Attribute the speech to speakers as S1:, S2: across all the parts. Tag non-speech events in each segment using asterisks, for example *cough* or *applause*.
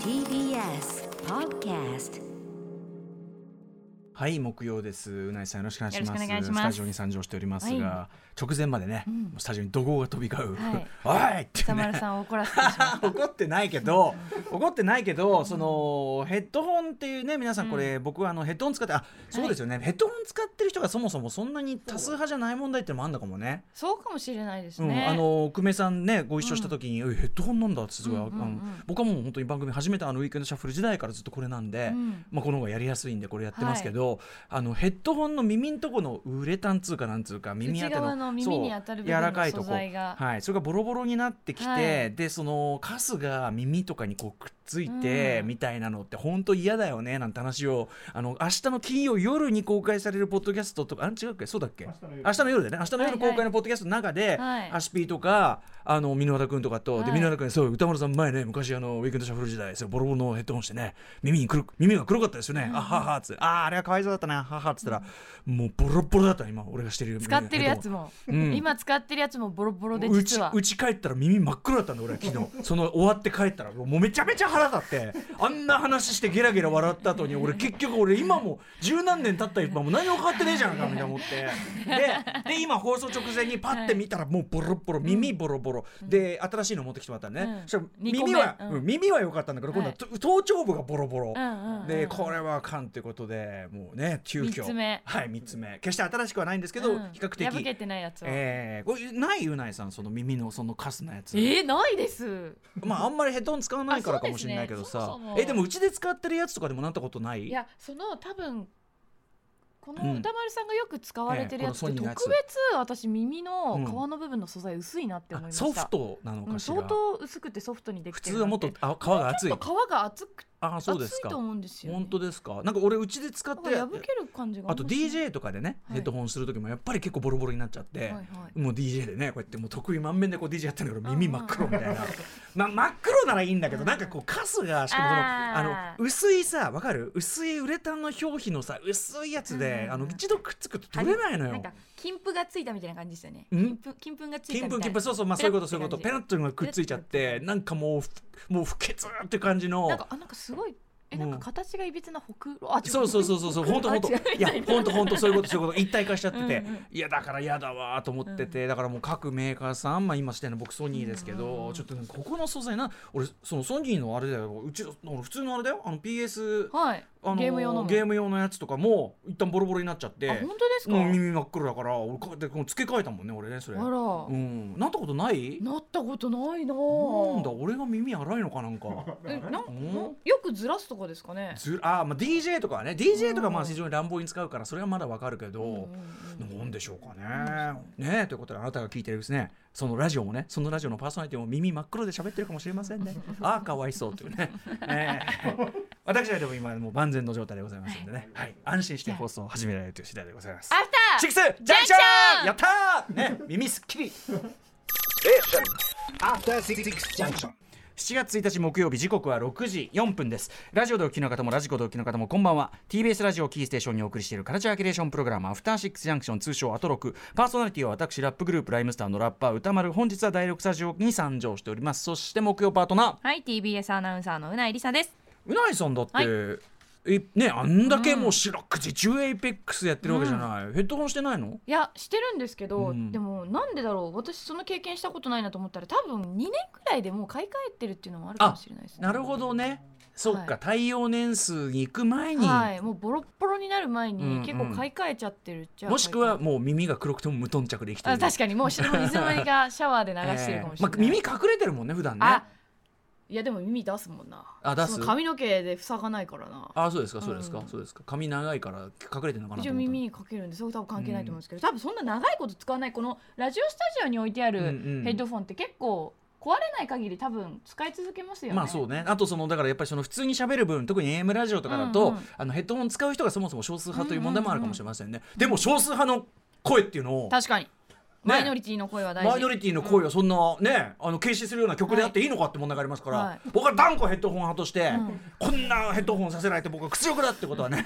S1: TBS Podcast
S2: はい木曜ですうないさんよろしくお願いします
S3: よろしくお願いします
S2: スタジオに参上しておりますが、
S3: は
S2: 直前までね、
S3: ん
S2: スタジオに怒号が飛び交う、 *laughs* おいっていう
S3: 歌丸
S2: ね
S3: さんを怒らせてしまった。
S2: *laughs* 怒ってないけど怒ってないけどそのヘッドホンっていうね皆さんこれ、僕はあのヘッドホン使ってあそうですよね、ヘッドホン使ってる人がそもそもそんなに多数派じゃない問題ってのもあんだかもね
S3: そうかもしれないです
S2: うん、
S3: ね。
S2: あの久米さんねご一緒した時に「えヘッドホンなんだ」ってすごい、
S3: うんうんうん
S2: あの僕はもう本当に番組初めてあのウィークエンドシャッフル時代からずっとこれなんで、
S3: うん
S2: まあ、この方がやりやすいんでこれやってますけど、あのヘッドホンの耳んとこのウレタンつうかなんつうか耳当て
S3: 内側
S2: の
S3: の耳に当たる部
S2: そ
S3: 分の
S2: う柔らかいとこ
S3: 素材が
S2: はい、それがボロボロになってきて、
S3: はい
S2: でそのカスが耳とかにこうくっついて、
S3: うん
S2: みたいなのって本当嫌だよねなんて話をあの明日の金曜夜に公開されるポッドキャストとかあ違うっけそうだっけ明日の夜だよね明日の夜公開のポッドキャストの中で、
S3: はい
S2: アシピーとかあの箕輪田君とかと、で
S3: はい
S2: 箕輪田君そう歌丸さん前ね昔あのウィークエンドシャッフル時代そうボロボロのヘッドホンしてね耳に黒く耳が黒かったですよね、あははっつってあーあれはかわいそうだったなははっつったら、もうボロボロだった今俺がしてる
S3: 使ってるやつ
S2: も
S3: も、
S2: うん
S3: 今使ってるやつもボロボロで
S2: うち
S3: 実は。
S2: うち帰ったら耳真っ黒だったんだ俺は昨
S3: *laughs*
S2: 日その終わって帰ったらもうめちゃめちゃ腹立ってあんな話してゲラゲラ笑った後に俺結局俺今も十何年経った今もう何も変わってねえじゃんかみたいな思
S3: *laughs*
S2: ってでで今放送直前にパッて見たらもうボロボロ耳ボロボロ、で新しいの持ってきてもらったんでね、
S3: う
S2: そ
S3: ん
S2: したら
S3: 二個目
S2: 耳は、
S3: うん
S2: うん耳は良かったんだけど今度はと頭頂部がボロボロ、
S3: うんうん
S2: でこれはあかんということでもうね急遽
S3: 三つ目
S2: はい三つ目決して新しくはないんですけど、
S3: うん
S2: 比較的
S3: 破けてないやつは。え
S2: ええこれないユナイさんその耳のそのカスなやつ、
S3: ー、ないです。
S2: まああんまりヘッドホン使わないから
S3: あそ
S2: か
S3: う
S2: も
S3: で
S2: し
S3: す
S2: れ
S3: ね
S2: ないけどさ
S3: そもそも
S2: えでもうちで使ってるやつとかでもなったことない
S3: いや、その多分。こ
S2: うん
S3: の歌丸さんがよく使われてるやつ
S2: ええこのソ
S3: っ
S2: ニ
S3: て
S2: ーのやつ
S3: 特別私耳の皮の部分の素材薄いなって
S2: あ
S3: 思いました、
S2: ソフトなの
S3: う
S2: か
S3: ん
S2: しら、
S3: 相当薄くてソフトにでき
S2: 普
S3: て
S2: 通
S3: る
S2: はもっとあ皮が厚
S3: ち
S2: い
S3: ょっと皮が厚く
S2: あそうです
S3: 厚い
S2: か
S3: と思うんですよ、ね、
S2: 本当ですかなんか俺うちで使っ
S3: だ
S2: て
S3: から破ける感じが
S2: あと
S3: んましない
S2: DJ とかでね、
S3: はい
S2: ヘッドホンする時もやっぱり結構ボロボロになっちゃって、
S3: はいはい
S2: もう DJ でねこうやってもう得意満面でこう DJ やってるんだけど耳真っ黒みたいな、ま、真っ黒ならいいんだけどなんかこうカスがしかもそのあ
S3: あー
S2: の薄いさわかる薄いウレタンの表皮のさ薄いやつで、
S3: うん
S2: あの一度くっつくと取れないの
S3: なん
S2: よ
S3: か。金粉がついたみたいな感じですよね。
S2: ん
S3: 金粉金粉がついた
S2: 金
S3: みた
S2: 粉
S3: いな。
S2: 金粉そうそうまあそういうことそういうことペ
S3: ペ
S2: ラ
S3: ラ
S2: ッと今くっついちゃってなんかもうふもう不潔って感じの
S3: なんかあなんかすごいえなんか形がいびつなほくろあ違
S2: そうそうそうそうそう本当本当
S3: あ違う
S2: いや本当本当そういうことそういうこと一体化しちゃってて、
S3: うんうん
S2: いやだから嫌だわーと思ってて、だからもう各メーカーさんまあ今してるの僕ソニーですけど、
S3: うん
S2: ちょっとなんかここの素材な俺そのソニーのあれだようちの俺普通のあれだよあの PS
S3: はい、
S2: あの
S3: ゲーム用のも
S2: ゲーム用のやつとかも一旦ボロボロになっちゃって
S3: あ本当ですか。
S2: もう耳真っ黒だから俺こうやってこう付け替えたもんね俺ねそれ
S3: あら、
S2: うんなったことない
S3: なったことないな。
S2: なんだ俺が耳荒いのかなんか
S3: えなん
S2: う
S3: なんよくずらすとかですかね。
S2: ずあーまあ DJ とかはね DJ とかまあ
S3: うん
S2: 非常に乱暴に使うからそれはまだわかるけど、
S3: うんうんうん
S2: なんでしょうかね。ねえということであなたが聞いてるですねそのラジオもねそのラジオのパーソナリティも耳真っ黒で喋ってるかもしれませんね。ああかわいそうというね。ねえ私はでも今もう万全の状態でございますんでね、はい、安心して放送を始められるという次第でございます
S3: ア。フ
S2: シックスジャンクションやったーね耳すっきり
S4: After Six Junction.
S2: 7月1日木曜日時刻は6時4分ですラジオでお聞きの方もラジコでお聞きの方もこんばんは TBS ラジオキーステーションにお送りしているカルチャーキュレーションプログラムアフターシックスジャンクション通称アトロクパーソナリティは私ラップグループライムスターのラッパー歌丸本日は第6スタジオに参上しておりますそして木曜パートナ
S3: はい TBS アナウンサーのうなえりさです。
S2: ーうないさんだって、
S3: はい
S2: えねあんだけもう四六時中エイペックスやってるわけじゃない、ヘッドホンしてないの
S3: いやしてるんですけど、
S2: うん
S3: でもなんでだろう私その経験したことないなと思ったら多分2年くらいでもう買い替えてるっていうのもあるかもしれないですね。
S2: なるほどねそっか、
S3: はい
S2: 対応年数に行く前に、
S3: はい、もうボロッボロになる前
S2: うんう
S3: に
S2: ん
S3: 結構買い替えちゃってるっちゃ、
S2: もしくはもう耳が黒くても無頓着で生きて
S3: あ
S2: る
S3: 確かにもうしもういつの間に
S2: *laughs*
S3: かシャワーで流してるかもし
S2: ええま
S3: れない、
S2: あ、耳隠れてるもんね普段ね
S3: あいやでも耳出すもんな
S2: あ出す
S3: その髪の毛で塞がないからな
S2: あそうですかそうですか、
S3: うん
S2: そうですか髪長いから隠れてるのかな
S3: 一
S2: と思った
S3: 応耳にかけるんでそれ多分関係ないと思うんですけど、多分そんな長いこと使わないこのラジオスタジオに置いてある
S2: うんうん
S3: ヘッドフォンって結構壊れない限り多分使い続けますよね、
S2: まあそうねあとそのだからやっぱりその普通に喋る分特に AM ラジオとかだと、
S3: うんうん
S2: あのヘッドホン使う人がそもそも少数派という問題もあるかもしれませんね、でも少数派の声っていうのを
S3: 確かに、マイノリティの声は大事
S2: マイノリティの声をそんなね、あの軽視するような曲であっていいのかって問題がありますから、
S3: はい
S2: 僕は断固ヘッドホン派として、
S3: ん
S2: こんなヘッドホンさせられて僕は屈辱だってことは
S3: *laughs*
S2: ね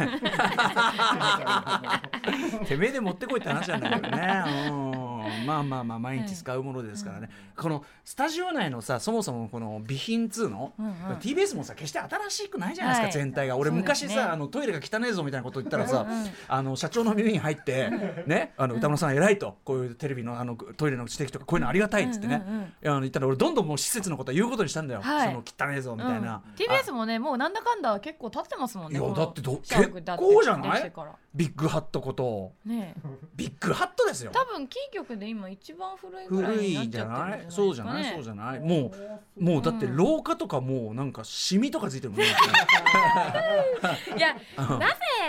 S2: てめえで持ってこいって話なんだけどね。うんまあまあまあ毎日使うものですからね、このスタジオ内のさそもそもこの備品2の、
S3: うんうん
S2: TBS もさ決して新しくないじゃないですか、
S3: はい
S2: 全体が俺
S3: そうです
S2: 昔
S3: ね
S2: さ、あのトイレが汚いぞみたいなこと言ったらさ、
S3: うんうん
S2: あの社長の耳に入
S3: *laughs*
S2: って「ねあの歌村さん偉い」とこういうテレビのあのトイレの指摘とかこういうのありがたいっつってね、
S3: うんうんうん
S2: いやあの言ったら俺どんどんもう施設のことは言うことにしたんだよ、
S3: はい
S2: その汚いぞみたいな。
S3: うん TBS もねもうなんだかんだ結構立ってますもんね
S2: いや
S3: この
S2: だってど
S3: 社屋だって
S2: 結構じゃない
S3: できてから
S2: ビッグハットこと
S3: ねえ
S2: ビッグハットですよ
S3: 多分キー局で今一番古いぐらい
S2: 古
S3: になっ
S2: いん
S3: ち
S2: じ
S3: ゃ
S2: ゃ
S3: って
S2: な
S3: る
S2: い
S3: ん
S2: そうじゃないそうじゃないもうもうだって
S3: うん
S2: 廊下とかもうなんかシミとかついてるもんね
S3: ゃいや *laughs* な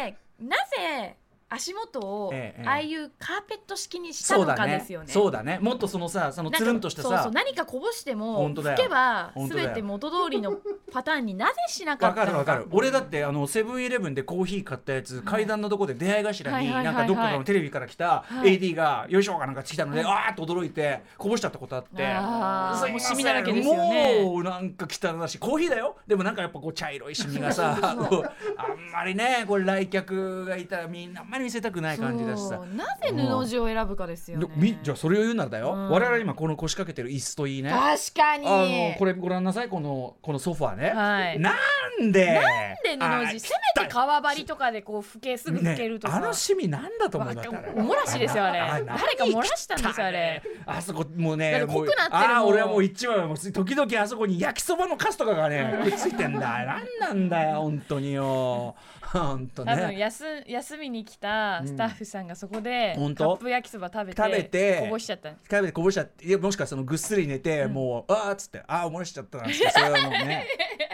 S3: ぜなぜ足元を
S2: ええええ
S3: ああいうカーペット式にした
S2: そ
S3: の
S2: うだ
S3: かで
S2: ね
S3: すよね
S2: そうだねもっとそのさその
S3: なんか
S2: つるんとした
S3: そうそう
S2: さ
S3: 何かこぼしても
S2: 本当だよ
S3: 拭けば
S2: 本当だよ
S3: 全て元通りのパターンになぜしなか
S2: わ
S3: った
S2: かる
S3: の
S2: わかる俺だってあのセブンイレブンでコーヒー買ったやつ階段のとこで出会い頭に
S3: はいはいはい
S2: な
S3: はい
S2: んかどっかのテレビから来た
S3: い
S2: AD がよいしょがなんか来たのでわーっと驚いてこぼしちゃったことあって
S3: あー
S2: すいません
S3: もうシミだらけですよね
S2: もうなんか汚らしいコーヒーだよでもなんかやっぱこう茶色いシミが
S3: *laughs*
S2: さこうあんまりねこれ来客がいたらみんなあんまり見せたくない感じだしさ
S3: そうなぜ布地を選ぶかですよね
S2: でみじゃあそれを言うならだよ、
S3: うん
S2: 我々今この腰掛けてる椅子といいねあ
S3: 確かに
S2: のこれご覧なさいこのこのソファーね、
S3: はい
S2: なんで
S3: なんで布地せめて
S2: っ
S3: 革張りとかでこう拭けすぐ拭けるとか、
S2: ね、あの趣味なんだと思うんだったら
S3: おもらしですよあれ
S2: な
S3: 誰か漏らしたんですよあれ
S2: あそこもうね
S3: だって濃くなってるもん
S2: もうあー俺はもう一枚はもう時々あそこに焼きそばのカスとかがねくっついてんだなんなんだよ本当によ本当
S3: 多分
S2: ね
S3: 休休みに来たスタッフさんがそこで、
S2: うん本
S3: カ
S2: 当
S3: ップ焼きそば食べて
S2: 食べて
S3: こぼしちゃったんです
S2: 食べてこぼしちゃっていやもしかしたらそのぐっすり寝て、もうあーっつってあー漏らしちゃったなんつってそれはもうね *laughs*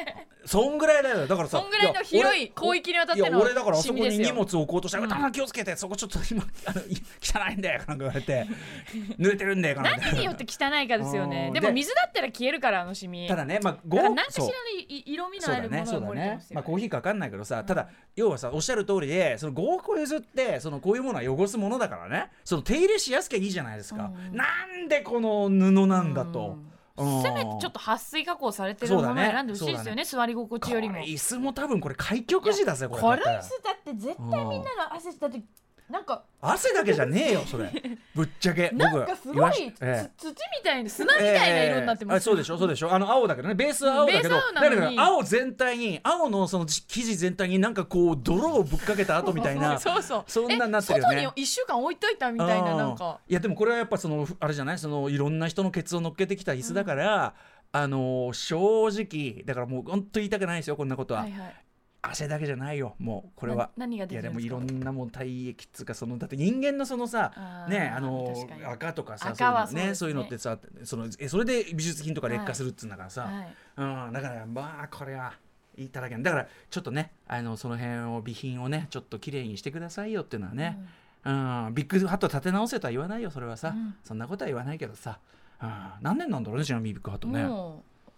S2: そんぐらいだよだからさ
S3: そんぐらいの広い広域にわたっての
S2: いや俺だからあそこに
S3: シミで
S2: 荷
S3: すよ
S2: 物置こうとしたら「棚気をつけてそこちょっと今 *laughs* あのい汚いんだよ」なんか言われて「濡れてるんだよ」なんか
S3: 何によって汚いかですよね
S2: うん
S3: でも
S2: で
S3: 水だったら消えるからあのシミ
S2: ただねまあ
S3: だから
S2: ご
S3: 何かしら
S2: そ
S3: の
S2: う
S3: い色味の
S2: そう
S3: あ
S2: だ
S3: る
S2: ね
S3: も
S2: そうだ
S3: のが漏れて
S2: ね
S3: ます
S2: ま
S3: よ、
S2: あコーヒーかわかんないけどさただ要はさおっしゃる通りでその合コン譲ってそのこういうものは汚すものだからねその手入れしやすきゃいいじゃないですか
S3: うん
S2: なんでこの布なんだとうん
S3: せめてちょっと撥水加工されてる
S2: そう
S3: も
S2: だ
S3: の
S2: ね
S3: を選んでほしいですよ
S2: そうだ
S3: ね座り心地よりも
S2: これ椅子も多分これ開局時だぜこれ
S3: こ
S2: だっ
S3: れ
S2: たら
S3: 椅子だって絶対みんなが汗だってなんか
S2: 汗だけじゃねえよそれぶっちゃ
S3: *laughs*
S2: け
S3: なん
S2: 僕
S3: かす
S2: 言
S3: ご
S2: わ
S3: い
S2: し
S3: つ
S2: ええ
S3: 土みたいな砂みたいな色になって
S2: ええ
S3: ま
S2: あ
S3: す、
S2: そうでしょそうでしょあの青だけどねベースは青だけど、
S3: うんベース
S2: だ
S3: 青
S2: け
S3: なの
S2: ど
S3: に
S2: 青全体に青のその生地全体になんかこう泥をぶっかけた後みたいな
S3: そうそう
S2: そんなになってるよね
S3: え外に一週間置いといたみたいな
S2: うん
S3: なんか
S2: いやでもこれはやっぱそのふあれじゃないそのいろんな人のケツを乗っけてきた椅子だから、あのー正直だからもう本当言いたくないですよこんなことは、
S3: はいはい
S2: 汗だけじゃないよもうこれは
S3: な何が
S2: い
S3: 出
S2: や
S3: て
S2: で
S3: るん
S2: も
S3: です
S2: い
S3: か
S2: ろんなもん体液っつうかそのだって人間のそのさ
S3: あー
S2: ねあの
S3: 確かに
S2: 赤とかさ
S3: 赤は
S2: そういうのねそ
S3: そうう
S2: い
S3: です
S2: う
S3: ね
S2: のってさそのえそれで美術品とか劣化するっつうんだからさ、
S3: はい
S2: うん、だからまあこれはいただけんだからちょっとねあのその辺を備品をねちょっときれいにしてくださいよっていうのはね、うんビッグハット立て直せとは言わないよそれはさ、
S3: うん
S2: そんなことは言わないけどさ、うん、何年なんだろうねちなみにビッグハットね
S3: もう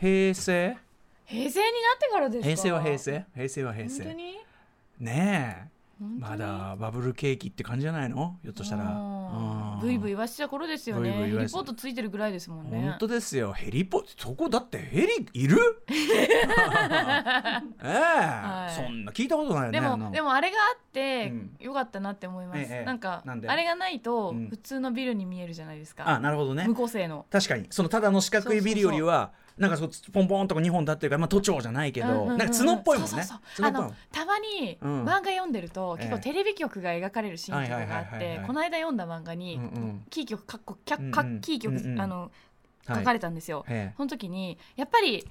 S2: 平成
S3: 平成になってからですか
S2: 平成は平成平成は平
S3: 本当
S2: 成
S3: に
S2: ねえ
S3: 本当に
S2: まだバブル景気って感じじゃないのひょっとしたら
S3: あー
S2: うん
S3: ブイブイ言わしてた頃ですよね
S2: ブイブイ言わ
S3: リ
S2: して
S3: ポートついてるぐらいですもんね
S2: 本当ですよヘリポそこだってヘ
S3: *laughs*
S2: リいるええ
S3: い
S2: そんな聞いたことないよね
S3: で
S2: あんな
S3: も
S2: の
S3: でもあれがあって
S2: うん
S3: よかったなって思います、
S2: ええ
S3: なんか
S2: なんで
S3: あれがないと
S2: うん
S3: 普通のビルに見えるじゃないです
S2: あ
S3: か、
S2: なるほどね
S3: 無個性の
S2: 確かにそのただの四角いビルよりはなんかそうポンポンとこ2本立ってるから、まあ、都庁じゃないけど、
S3: うんうんうん
S2: なんか角っぽいもん
S3: そう
S2: ね
S3: そうそう
S2: 角
S3: あ
S2: っぽいも
S3: の
S2: ん
S3: たまに
S2: うん
S3: 漫画読んでると、結
S2: え
S3: 構
S2: え
S3: テレビ局が描かれるシーンとかがあ
S2: は
S3: っ
S2: いはいはいはい
S3: て
S2: はい
S3: この間読んだ漫画に、
S2: うんうん
S3: キー局かっこキャ
S2: うんうん
S3: かっキー局、
S2: うんうん
S3: あの
S2: はい
S3: 書かれたんですよ、
S2: ええ
S3: その時にやっぱり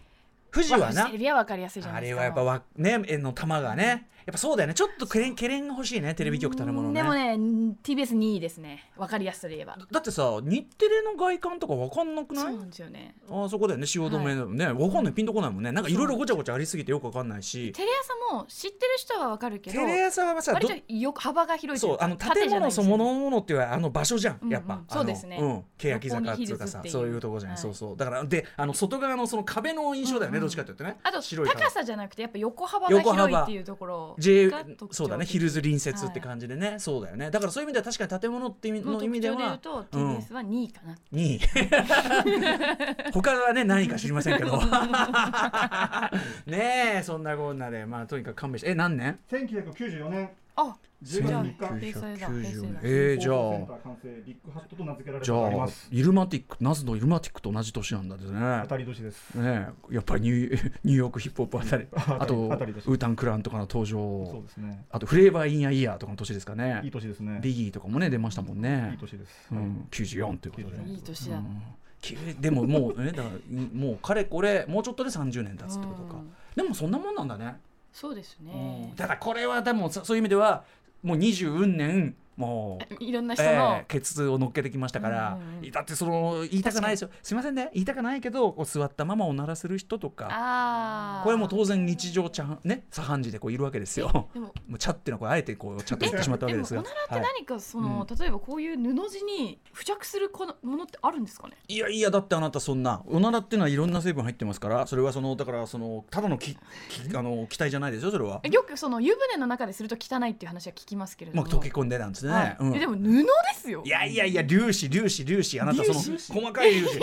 S2: 富士は
S3: まあ
S2: な
S3: テレビは分かりやすいじゃな
S2: あ
S3: いで
S2: れ
S3: す
S2: は
S3: か
S2: やっぱわね絵の玉がねやっぱそうだよねちょっとけれんけれんが欲しいねテレビ局たるもの
S3: でもね TBS2 位ですね分かりやすく言えば
S2: だってさ日テレの外観とかわかんなく
S3: そ
S2: ないう
S3: なんですよね
S2: あそこだよね汐留のね、わかんないピンとこないもんねなんかいろいろごちゃごちゃありすぎてよくわかんないし
S3: テレ朝も知ってる人は分かるけ
S2: テ
S3: ど
S2: レ朝はさ
S3: 割
S2: ど
S3: とよ幅が広いと
S2: そ
S3: いうか
S2: あの
S3: 縦
S2: 建
S3: じゃな
S2: 物
S3: いんです
S2: そ
S3: よ
S2: のものっていうのはあの場所じゃん、
S3: うんうん
S2: やっぱ、あの
S3: そうですね
S2: うん欅坂っていうかさ
S3: 六本木ヒルズっていう
S2: そういうとこじゃない、
S3: はい
S2: そうそうだからであの外側のその壁の印象だよね、
S3: うんうん
S2: どっちかって言ってね
S3: あと
S2: 白い壁
S3: 高さじゃなくてやっぱ横幅が広いっていうところ
S2: J
S3: が特徴
S2: そうだねヒルズ隣接って感じでね、そうだよねだからそういう意味では確かに建物って意味
S3: の
S2: の意味では
S3: 特徴で言うと TBS は2位かな、
S2: に *laughs* 他はね何か知りませんけ
S3: *laughs*
S2: どねえそんなこんなでまあとにかく勘弁してえ何年
S4: 1994年
S3: あ
S4: じ
S3: じゃあ
S4: ゃ
S3: 平成だ平成だ
S2: えー、じゃ
S4: センタ
S2: あ
S4: ー完成ビッグハットと名付けら
S2: じ
S4: れてお
S2: ゃ
S4: り
S2: あ
S4: ます。
S2: イルマティックナズのイルマティックと同じ年なんだですね
S4: 当たり年です。
S2: ねえやっぱりニュー *laughs* ニューヨークヒップホップあ
S4: *laughs*
S2: たりあとウ
S4: あたりです
S2: ータンクランとかの登
S4: そう
S2: 場
S4: ですね。
S2: あとフレーバーインアイヤーとかの年ですかね
S4: いい年ですね。
S2: ビギーとかもね出ましたもんね
S4: いい年です。
S2: う
S4: はい
S2: ん、94ということで
S3: いい年だ、
S2: きゅうでももうねだからもうかれこれもうちょっとで30年経つってことか、
S3: うん
S2: でもそんなもんなんだね、
S3: そうです
S2: う
S3: ね
S2: んただこれはでもそそういう意味ではもう20運年もう
S3: いろんな人の、
S2: ええケツを乗っけてきましたから、
S3: うんうんうん
S2: だってその言いたくないですよすいませんね言いたくないけどこう座ったままおならする人とか
S3: ああ
S2: これはもう当然日常茶飯ね茶飯事でこういるわけですよ。
S3: でも
S2: *laughs* もう茶っていうのはこれあえてこう茶と言ってしまったわ
S3: で
S2: け
S3: も
S2: ですが
S3: おならって
S2: はい
S3: 何かその、例えばこういう布地に付着するこのものってあるんですかね
S2: いやいやだってあなたそんなおならっていうのはいろんな成分入ってますからそれはそのだからそのただのききあの気体じゃないでしょそれは、
S3: よくその湯船の中ですると汚いっていう話は聞きますけれど
S2: まあ、
S3: も、
S2: 溶け込んでなんですね、
S3: はい
S2: うん
S3: えでも布ですよ
S2: いやいやいや粒子粒子粒子あなたその
S3: 粒
S2: 細かい粒子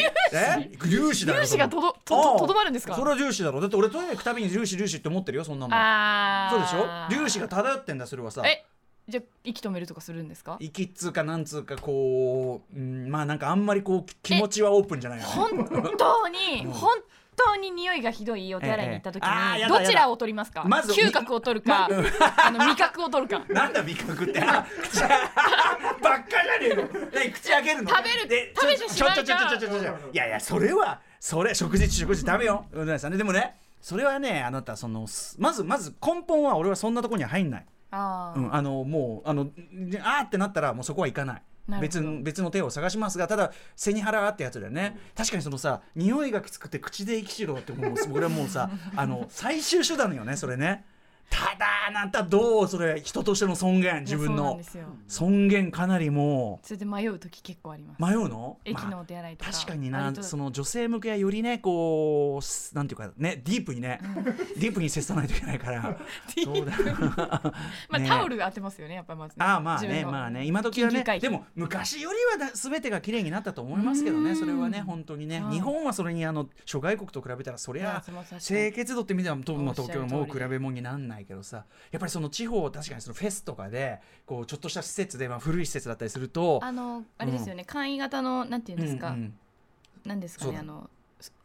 S2: え粒子だよ
S3: 粒子がとどと
S2: ああ
S3: ととどまるんですか
S2: それは粒子だろだって俺トイレ行くたびに粒子粒子って思ってるよそんなもん
S3: あ
S2: そうでしょ
S3: ー
S2: 粒子が漂ってんだそれはさ
S3: えじゃあ息止めるとかするんですか
S2: 息っつうかなんつうかこう、うん、まあなんかあんまりこう気持ちはオープンじゃないよね
S3: 本当に本当に匂いがひどいお手洗いに行った時に、
S2: ええあーやだやだ
S3: どちらを取りますか、
S2: まず
S3: 嗅覚を取るか、あの味覚を取るか
S2: なんだ味覚ってあ口ばっかじゃねえの何口開けるの
S3: 食べる
S2: で
S3: 食べてしまう
S2: ちょちょちょちょちょちょちょいやいやそれはそれ食事中食事食べようないさんねでもねそれはねあなたそのすまずまず根本は俺はそんなとこには入んない、
S3: あー、
S2: うん、あのもうあのであーってなったらもうそこは行かない
S3: なるほ
S2: 別
S3: ど
S2: の別の手を探しますがただ背に腹ってやつだよね、確かにそのさ匂いがきつくて口で息しろってもう *laughs* 俺はもうさあの最終手段よねそれねただあなたどうそれ人としての尊厳自分
S3: いやそうなん
S2: の
S3: ですよ
S2: 尊厳かなりも
S3: それで迷う時結構あります、
S2: う迷うの
S3: 駅
S2: まあ
S3: のお手洗いとか、
S2: 確かにな
S3: 割と
S2: その女性向けはよりねこうすなんていうかねディープにねディープに接さないといけない
S3: *laughs*
S2: からそうだ
S3: まあ、
S2: ね
S3: タオル当てますよねやっぱりまず、
S2: ああまあ
S3: 自
S2: ね
S3: 分の
S2: まあね今時は
S3: 緊
S2: ね
S3: 急回避
S2: でも昔よりはだ全てが綺麗になったと思いますけど
S3: う
S2: ね
S3: ん
S2: それはね本当にね
S3: はい
S2: 日本はそれにあの諸外国と比べたらそり
S3: いや
S2: ゃ
S3: それは確かに
S2: 清潔度ってみてはとまあ
S3: おっしゃる
S2: 東
S3: 通
S2: 京
S3: り
S2: も比べ物になんないけどさやっぱりその地方確かにそのフェスとかでこうちょっとした施設でまあ古い施設だったりすると
S3: あのあれですよね、簡易型のなんていうんです
S2: う
S3: か、
S2: んうん
S3: なんですか
S2: そう
S3: ね
S2: だ
S3: あの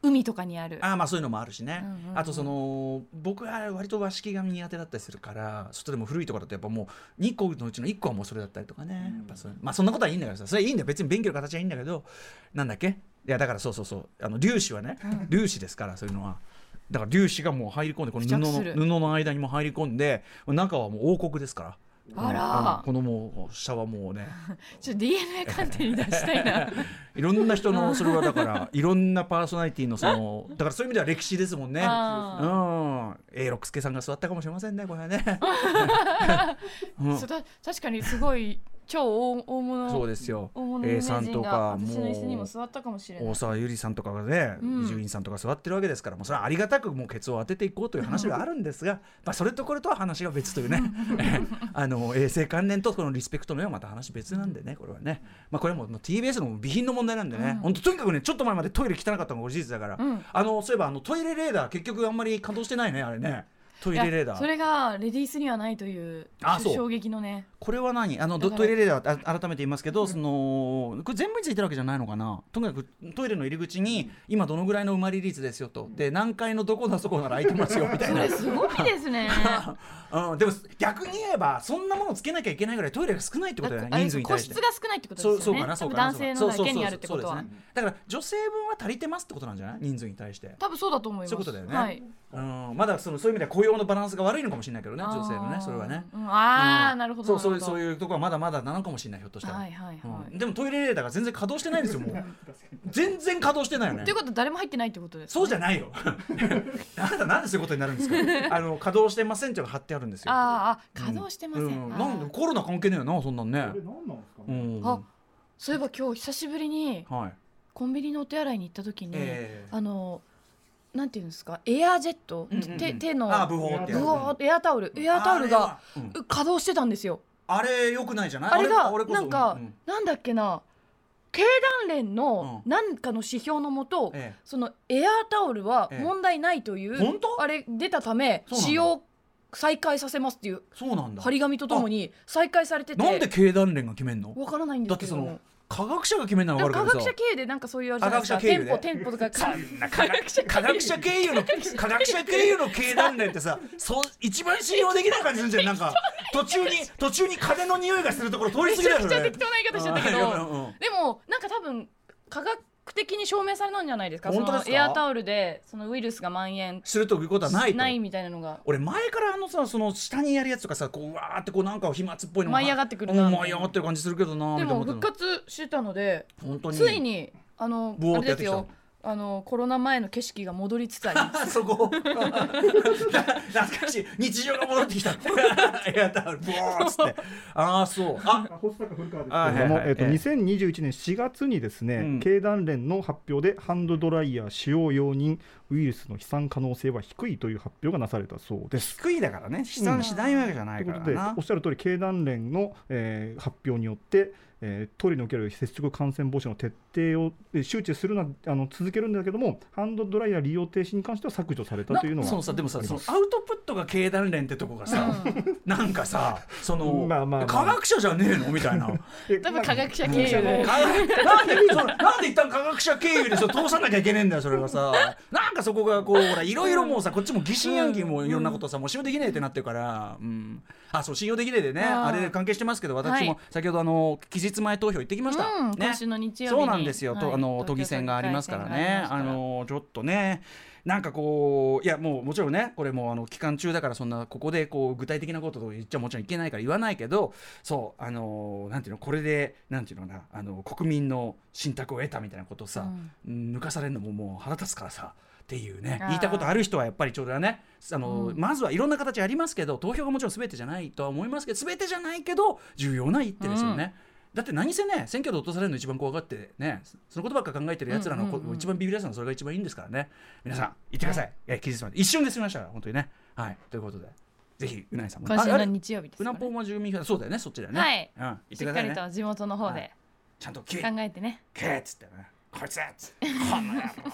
S3: 海とかにある
S2: ああまあそういうのもあるしね、
S3: うんうんうん
S2: あとその僕は割と和式が苦手だったりするから外でも古いところだとやっぱもう2個のうちの1個はもうそれだったりとかね、やっぱそういうまあそんなことはいいんだけどさそれはいいんだよ別に勉強の形はいいんだけどなんだっけいやだからそうそうそうあの粒子はね、粒子ですからそういうのは。だから粒子がもう入り込んでこの布
S3: 付着す
S2: の
S3: る
S2: 布の間にも入り込んで中はもう王国ですから。
S3: あ
S2: うん
S3: ら
S2: このもう下はもうね
S3: ちょっと DNA 鑑定に出したい
S2: *laughs*
S3: な
S2: いろんな人のそれはだからいろんなパーソナリティのそのだからそういう意味では歴史ですもんね。
S3: あー
S2: うん、A 六輔さんが座ったかもしれませんね、これはね。うん
S3: そうだ確かにすごい超大大物
S2: そうですよ
S3: 大物。の
S2: A
S3: 名
S2: さんと
S3: 人が
S2: か、
S3: 私の椅子に
S2: も
S3: も
S2: う
S3: 座ったかもしれない
S2: 大沢ゆりさんとかがね、
S3: うん
S2: 伊集院さんとか座ってるわけですから、もうそれはありがたくもうケツを当てていこうという話ではあるんですが、まあそれとこれとは話が別というね、 *laughs* あの衛生関連とこのリスペクトの上はまた話別なんでね、これはね、まあこれはもうもう TBS の備品の問題なんでね、本当とにかくね、ちょっと前までトイレ汚かったのが事実だから、
S3: うん
S2: あのそういえばあのトイレレーダー結局あんまり稼働してないね、あれね、トイレレー
S3: い
S2: ダ
S3: や
S2: ー
S3: そ。れがレディースにはないという
S2: あそう
S3: 衝撃のね
S2: これは何あのど
S3: だ
S2: ト
S3: か
S2: イ
S3: ら
S2: レレーダーあ改めて言いますけど、そのこれ全部についてるわけじゃないのかなとにかくトイレの入り口に今どのぐらいの埋まり率ですよと、で何階のどこのそこなら空いてますよみたい
S3: そ
S2: な
S3: れ。すごいで
S2: *laughs*
S3: すね
S2: うん、でも逆に言えばそんなものつけなきゃいけないぐらいトイレが少ないってことだよ
S3: あ
S2: ね
S3: れ
S2: 人数に
S3: 個
S2: 対し
S3: 室
S2: て
S3: が。少ないってことです
S2: そ
S3: よ
S2: うそうか
S3: ね
S2: なそうかな
S3: 多分男性のだけにあるってことは
S2: そうそうそうそうですねだから女性分は足りてますってことなんじゃない人数に対して。
S3: 多分そうだと思います
S2: そういうことだよね
S3: はい、
S2: うん、まだそのそういう意味では雇用のバランスが悪いのかもしれないけどね女性のねそれはね。
S3: あーうんあー、なるほど
S2: そうそうそう
S3: う
S2: いうところはまだまだなのかもしれないひょっとしたら。
S3: はいはいはい、
S2: うんでもトイレレーダーが全然稼働してないんですよも
S3: *laughs*
S2: う全然稼働してないよね
S3: ということは誰も入ってないってことですか
S2: そ
S3: ね、
S2: うじゃないよ *laughs* あなたなんでそういうことになるんですか
S3: *laughs*
S2: あの稼働してませんっていうのが貼ってあるんですよ
S3: あーあ稼働してません、
S2: うん、
S3: あー
S2: なんでコロナ関係ねえよなそんなんね
S4: これ何なんですか
S2: う
S4: ね。
S2: ん
S3: あ
S2: は
S3: そういえば今日久しぶりに
S2: い
S3: コンビニのお手洗いに行った時に、
S2: ええ
S3: あのなんていうんですかエアージェット、
S2: うんうんうん
S3: 手手の
S2: ああブホーってやつ
S3: うわーエアタオルエアタオルが
S2: あれはうん
S3: 稼働してたんですよ
S2: あれ良くないじゃない
S3: あれが
S2: 俺こ
S3: な
S2: そ
S3: んか、
S2: うん
S3: なんだっけな経団連の
S2: うん
S3: 何かの指標のもと、
S2: ええ
S3: そのエアータオルは
S2: ええ
S3: 問題ないという、
S2: 本当
S3: あれ出たため
S2: そうなの
S3: 使用再開させますっていう
S2: そうなんだ
S3: 張り紙とともに再開されてて
S2: なんで経団連が決めんの
S3: わからないんで
S2: だ
S3: す
S2: って
S3: け
S2: そ
S3: ど
S2: の科学者が決めんなら
S3: な
S2: わ
S3: ん
S2: か
S3: か
S2: る
S3: 科
S2: けどさ
S3: 学者経由でなんかそういうあれじゃないですか
S2: 科学者経由
S3: 店
S2: で
S3: 舗店舗とかか
S2: そんな
S3: 科学者
S2: 科学者経
S3: *laughs*
S2: 由の科学者経由の経団連ってさそう一番信用できない感じするじゃんなんか途中に途中に風の匂いがするところ通り
S3: め
S2: 過
S3: ち
S2: ぎ
S3: ゃ
S2: だよ
S3: くちゃ適当な言い方しちゃったけど
S2: あーいやうんうん
S3: でもなんか多分科学的に証明されたんじゃないですか
S2: 本当ですか
S3: そのエアタオルでそのウイルスが蔓延
S2: するということはないと
S3: みたいなのが
S2: 俺前からあのさその下にやるやつとかさこううわーってこうなんか飛沫っぽいの
S3: 舞い上がってくるな
S2: な
S3: みたいな
S2: 舞い上がってる感じするけどな
S3: で
S2: みたいなこ
S3: も
S2: と
S3: 復活してたので
S2: 本当に
S3: つ
S2: *laughs*
S3: いにあの
S2: ブオー
S3: あ
S2: って
S3: れ
S2: や
S3: で
S2: って
S3: す
S2: きた
S3: よあのコロナ前の景色が戻りつつあります
S2: そこ懐かしい日常が戻ってきた *laughs* エアタオルボーっつってああそうあ
S4: あ、ホスタカ古川です
S2: あ
S4: けれど
S2: は
S4: も、
S2: いはい
S4: えっと
S2: ええ
S4: 2021年4月にです
S2: う
S4: ね
S2: ん、
S4: 経団連の発表でハンドドライヤー使用容認ウイルスの飛散可能性は低いという発表がなされたそうです。
S2: 低いだからね飛散しないわけじゃな
S4: とい
S2: いうか
S4: こ
S2: ら
S4: とで
S2: な
S4: おっしゃる通り経団連の、えー発表によって、えー、トイレにおける接触感染防止の徹底を、えー周知するなあの続けるんだけどもハンドドライヤー利用停止に関しては削除されたというの
S2: な
S4: が
S2: そのさでもさ
S4: あり
S2: そ
S4: ま
S2: の
S4: す
S2: アウトプットが経団連ってとこがさ、なんかさその、
S4: まあまあまあ
S2: 科学者じゃねえのみたいな
S4: え
S3: 多分科学者経
S2: 科
S3: 由
S2: 学
S3: で
S2: なんでそのなんで一旦科学者経由でそれ通さなきゃいけねえんだよそれがさなんかそこがこうほらいろいろもうさこっちも疑心暗鬼もいろんなことさもう信用できねえってなってるから、うん、あそう信用できねえでね
S3: あー
S2: あれ関係してますけど私も
S3: はい
S2: 先ほどあの期日前投票行ってきました、
S3: うん
S2: ね
S3: 今週の日曜日に
S2: そうなんですよ、と
S3: はい
S2: あの
S3: 東京
S2: 都議選がありますからね
S3: 都議会選があ
S2: あ
S3: りますから
S2: のちょっとねなんかこういやもうもちろんねこれもうあの期間中だからそんなここでこう具体的なこととか言っちゃもちろんいけないから言わないけどそうあのなんていうのこれでなんていうのかなあの国民の信託を得たみたいなことをさ、うん抜かされるのももう腹立つからさっていうね
S3: あー
S2: 言いたことある人はやっぱりちょうどねあの、
S3: うん
S2: まずはいろんな形ありますけど投票がもちろん全てじゃないとは思いますけど全てじゃないけど重要な一手ですよね。だって何せね選挙で落とされるの一番怖がってねそのことばっか考えてるやつらのこ、
S3: うんうんうん
S2: 一番ビビらすのはそれが一番いいんですからね皆さん言ってください、え期日まで一瞬で済みましたから本当にねはいということでぜひうないさんも
S3: 今週
S2: あ
S3: の
S2: れ
S3: 日曜日です
S2: う
S3: か
S2: な
S3: ね
S2: ぽんは住民票そうだよねそっちだよね
S3: はい
S2: うん、言って
S3: し
S2: く
S3: っ
S2: ださ
S3: か
S2: い
S3: り
S2: ね
S3: と地元の方
S2: は
S3: で
S2: ちゃんと切れ
S3: 考えてね
S2: けっつってねこいつっつってこの野郎こ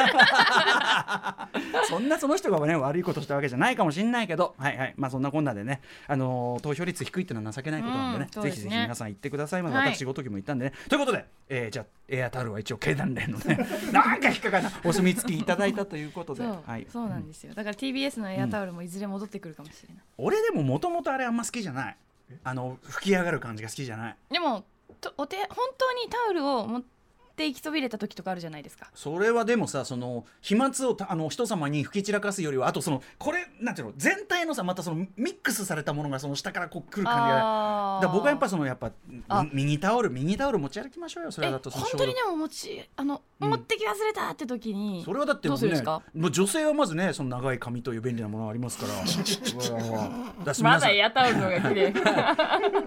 S2: の野郎そんなその人がね悪いことしたわけじゃないかもしれないけどはいはいまあそんなこんなでねあのー投票率低いってのは情けないことなんでね,、
S3: うんそう
S2: ぜ
S3: で
S2: ひ
S3: すね
S2: ぜひ皆さん行ってくださいまで、
S3: はい
S2: 私ごときも行ったんでねということで、えーじゃあエアタオルは一応経団連のね *laughs* なんか引っかかるなお墨付きいただいたということで
S3: そう
S2: はい、
S3: そうなんですよだから TBS のエアタオルもいずれ戻ってくるかもしれない
S2: 俺でももともとあれあんま好きじゃないあの吹き上がる感じが好きじゃない
S3: でもとお手本当にタオルを持って行きそびれた時とかあるじゃないですか
S2: それはでもさその飛沫をたあの人様に吹き散らかすよりはあとそのこれなんていうの全体のさまたそのミックスされたものがその下からこう来る感じがだ
S3: あー
S2: から僕はやっぱそのやっぱ
S3: あ
S2: ミミニタオルミニタオル持ち歩きましょうよそれ
S3: え
S2: はだ
S3: 本
S2: とその
S3: 当にでも持ちあの、
S2: うん
S3: 持ってき忘れたって時に
S2: それはだっても
S3: どうす
S2: う
S3: る
S2: ね
S3: んですか
S2: もう女性はまずねその長い髪という便利なものがありますから
S3: *laughs*
S2: うわうわだし
S3: ま
S2: 皆さ
S3: だ
S2: ん
S3: エアタオルの方が綺麗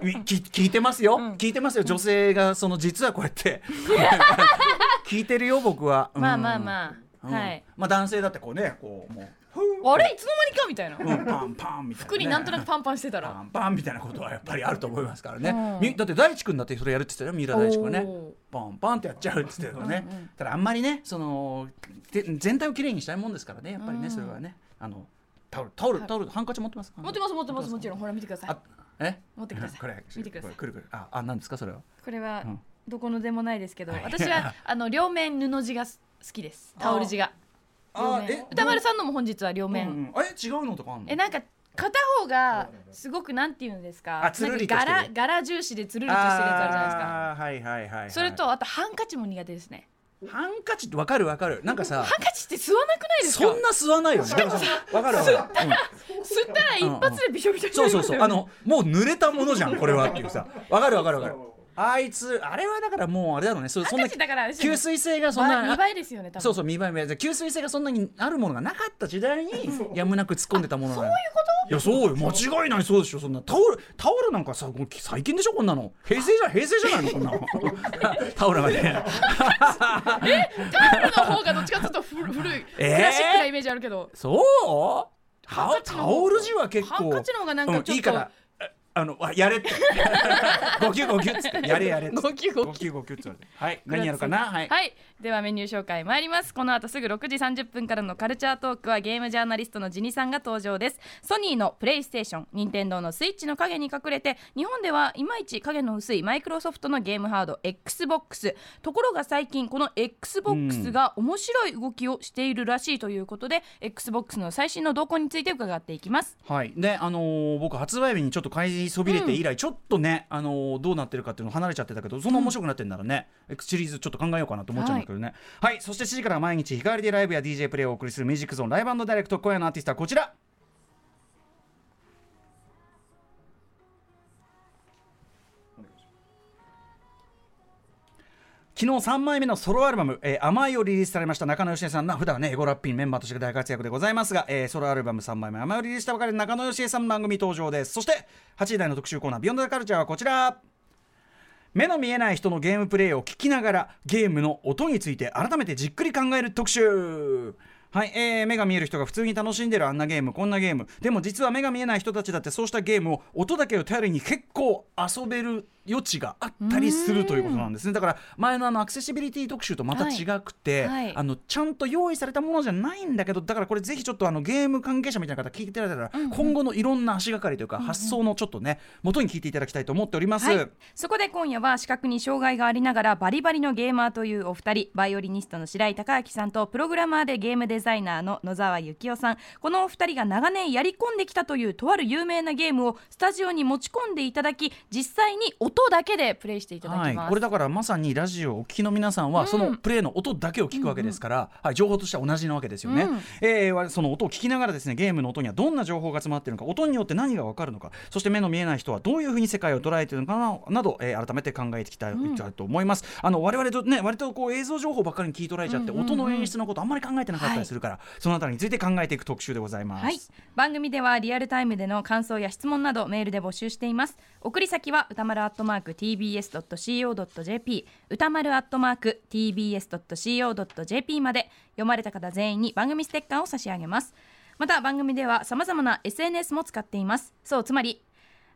S2: *laughs* みき聞いてますよ、
S3: うん
S2: 聞いてますよ女性がその実はこうやって
S3: *laughs*
S2: 聞いてるよ僕は、
S3: まあまあまあ、
S2: うん
S3: はい
S2: まあ男性だってこうねこうもうふー
S3: あれいつの間にかみたいな、
S2: うん、パンパンみたいな、ね、
S3: 服になんとなくパンパンしてた
S2: パ
S3: ら
S2: ンパンみたいなことはやっぱりあると思いますからね、
S3: うん
S2: みだって大地君だってそれやるって言ってたよ三浦大地君はね
S3: おー
S2: パンパンってやっちゃうって言ってたよね
S3: うんうん
S2: ただあんまりねそのて全体をきれいにしたいもんですからねやっぱりね、
S3: うん
S2: それはねあのタオルタオルタオルハンカチ持ってます
S3: 持ってます持ってますもちろんほら見てください
S2: あえ
S3: 持ってください
S2: これ
S3: 見てくださ
S2: こ
S3: い
S2: れくるくるああ何ですかそれは
S3: これは
S2: うん
S3: どこのでもないですけど、
S2: はい
S3: 私は
S2: *laughs*
S3: あの両面布地がす好きですタオル地が両
S2: あ
S3: 面
S2: え
S3: 歌丸さんのも本日は両面、
S2: うんうんあえ違うのとかあんの
S3: えなんか片方がすごくなんていうんですか
S2: あつるりとしてる
S3: なんか柄柄重視でつるりとしてるやつあるじゃないですか
S2: あーはいはいはい、はい、
S3: それとあとハンカチも苦手ですね
S2: ハンカチってわかるわかるなんかさ
S3: ハンカチって吸わなくないですか
S2: そんな吸わないよねだからさわかるわかるうん
S3: 吸ったら一発でびしょびしょにな
S2: そう
S3: り
S2: そ
S3: ま
S2: う
S3: す
S2: そ
S3: よ
S2: う
S3: ね
S2: あのもう濡れたものじゃんこれはっていうさわかるわかるわかるあいつあれはだからもうあれだろうねそそん
S3: ハン
S2: な
S3: カチだからあれですよ
S2: 吸
S3: ね
S2: 水性がそん
S3: まあ
S2: な
S3: 見栄えですよね多分
S2: そうそう見栄え見栄え吸水性がそんなにあるものがなかった時代にやむなく突っ込んでたものそういうこといやそうよ間違いないそうでしょそんなタオルタオルなんかさもう最近でしょこんなの平成じゃ平成じゃないのこんなのタオルがね
S3: タオルの方がどっちかというと古古い、
S2: えー
S3: クラシックなイメージあるけど
S2: そう
S3: ハン
S2: タ
S3: カチの
S2: タ
S3: 方
S2: オル地は結構
S3: ハンカチの方がなん
S2: う
S3: か
S2: ん
S3: ちょ
S2: い
S3: っ
S2: いか
S3: と
S2: らあのわやれって
S3: *laughs*
S2: ごきゅうごきゅうっつってやれやれっつって
S3: ごきご
S2: ご
S3: き
S2: きゅうごきゅうっつってはい何やるかなはい
S3: はい、ではメニュー紹介参りますこの後すぐ6時30分からのカルチャートークはゲームジャーナリストのジニさんが登場ですソニーのプレイステーション任天堂のスイッチの影に隠れて日本ではいまいち影の薄いマイクロソフトのゲームハード XBOX ところが最近この XBOX が面白い動きをしているらしいということで、XBOX の最新の動向について伺っていきます
S2: はい、で、あのー僕発売日にちょっと買いそびれて以来、ちょっとね、あのーどうなってるかっていうの離れちゃってたけどそんな面白くなってんならね、X シリーズちょっと考えようかなと思っちゃうんだけどねはい、そして7時から毎日日替わりでライブや DJ プレイをお送りするミュージックゾーンライブダイレクト今夜のアーティストはこちら昨日3枚目のソロアルバム「えー甘い」をリリースされました中野芳恵さんな普段はねエゴラッピンメンバーとして大活躍でございますが、えーソロアルバム3枚目「甘い」をリリースしたばかりの中野芳恵さんの番組登場ですそして8時台の特集コーナー「ビヨンドザカルチャーはこちら目の見えない人のゲームプレイを聞きながらゲームの音について改めてじっくり考える特集はい、えー目が見える人が普通に楽しんでるあんなゲームこんなゲームでも実は目が見えない人たちだってそうしたゲームを音だけを頼りに結構遊べる余地があったりするということなんですねだから前のあのアクセシビリティ特集とまた違くて、
S3: はいはい
S2: あのちゃんと用意されたものじゃないんだけどだからこれぜひちょっとあのゲーム関係者みたいな方聞いていただいたら、今後のいろんな足がかりというか、発想のちょっとね元に聞いていただきたいと思っております。
S3: はい、そこで今夜は視覚に障害がありながらバリバリのゲーマーというお二人バイオリニストの白井孝明さんとプログラマーでゲームデザイナーの野沢幸雄さんこのお二人が長年やり込んできたというとある有名なゲームをスタジオに持ち込んでいただき実際に音だけでプレイしていただきます、
S2: はい、これだからまさにラジオをお聞きの皆さんはそのプレイの音だけを聞くわけですから、はい、情報としては同じなわけですよね、
S3: うん
S2: えーその音を聞きながらですねゲームの音にはどんな情報が詰まっているのか音によって何が分かるのかそして目の見えない人はどういうふうに世界を捉えているのかななど、えー改めて考えていきたい,、と思いますあの我々とね割とこう映像情報ばっかりに聞いとられちゃって、音の演出のことあんまり考えてなかったりするから、そのあたりについて考えていく特集でございます。
S3: はい、番組ではリアルタイムでの感想や質問などメールで募集しています送り先は歌丸アットマーク tbs.co.jp 歌丸アットマーク tbs.co.jp まで読まれた方全員に番組ステッカーを差し上げますまた番組では様々な SNS も使っていますそうつまり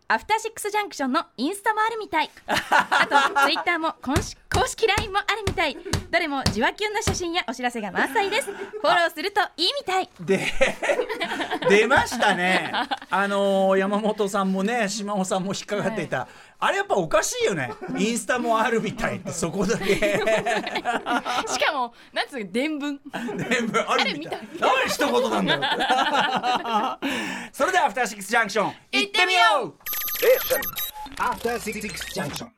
S3: アフターシックスジャンクションのインスタもあるみたいあとツイッターも公式公式 LINE もあるみたいどれもじわきゅんな写真やお知らせが満載ですフォローするといいみたい
S2: で *laughs* 出ましたねあのー山本さんもね島尾さんも引っかかっていた、あれやっぱおかしいよねインスタもあるみたい *laughs* ってそこだけ
S3: しかも、なんつうか、伝聞。
S2: 全部あるみたい何一言なんだよ *laughs* それでは「アフターシックスジャンクション」行ってみよう
S5: After Six Junction.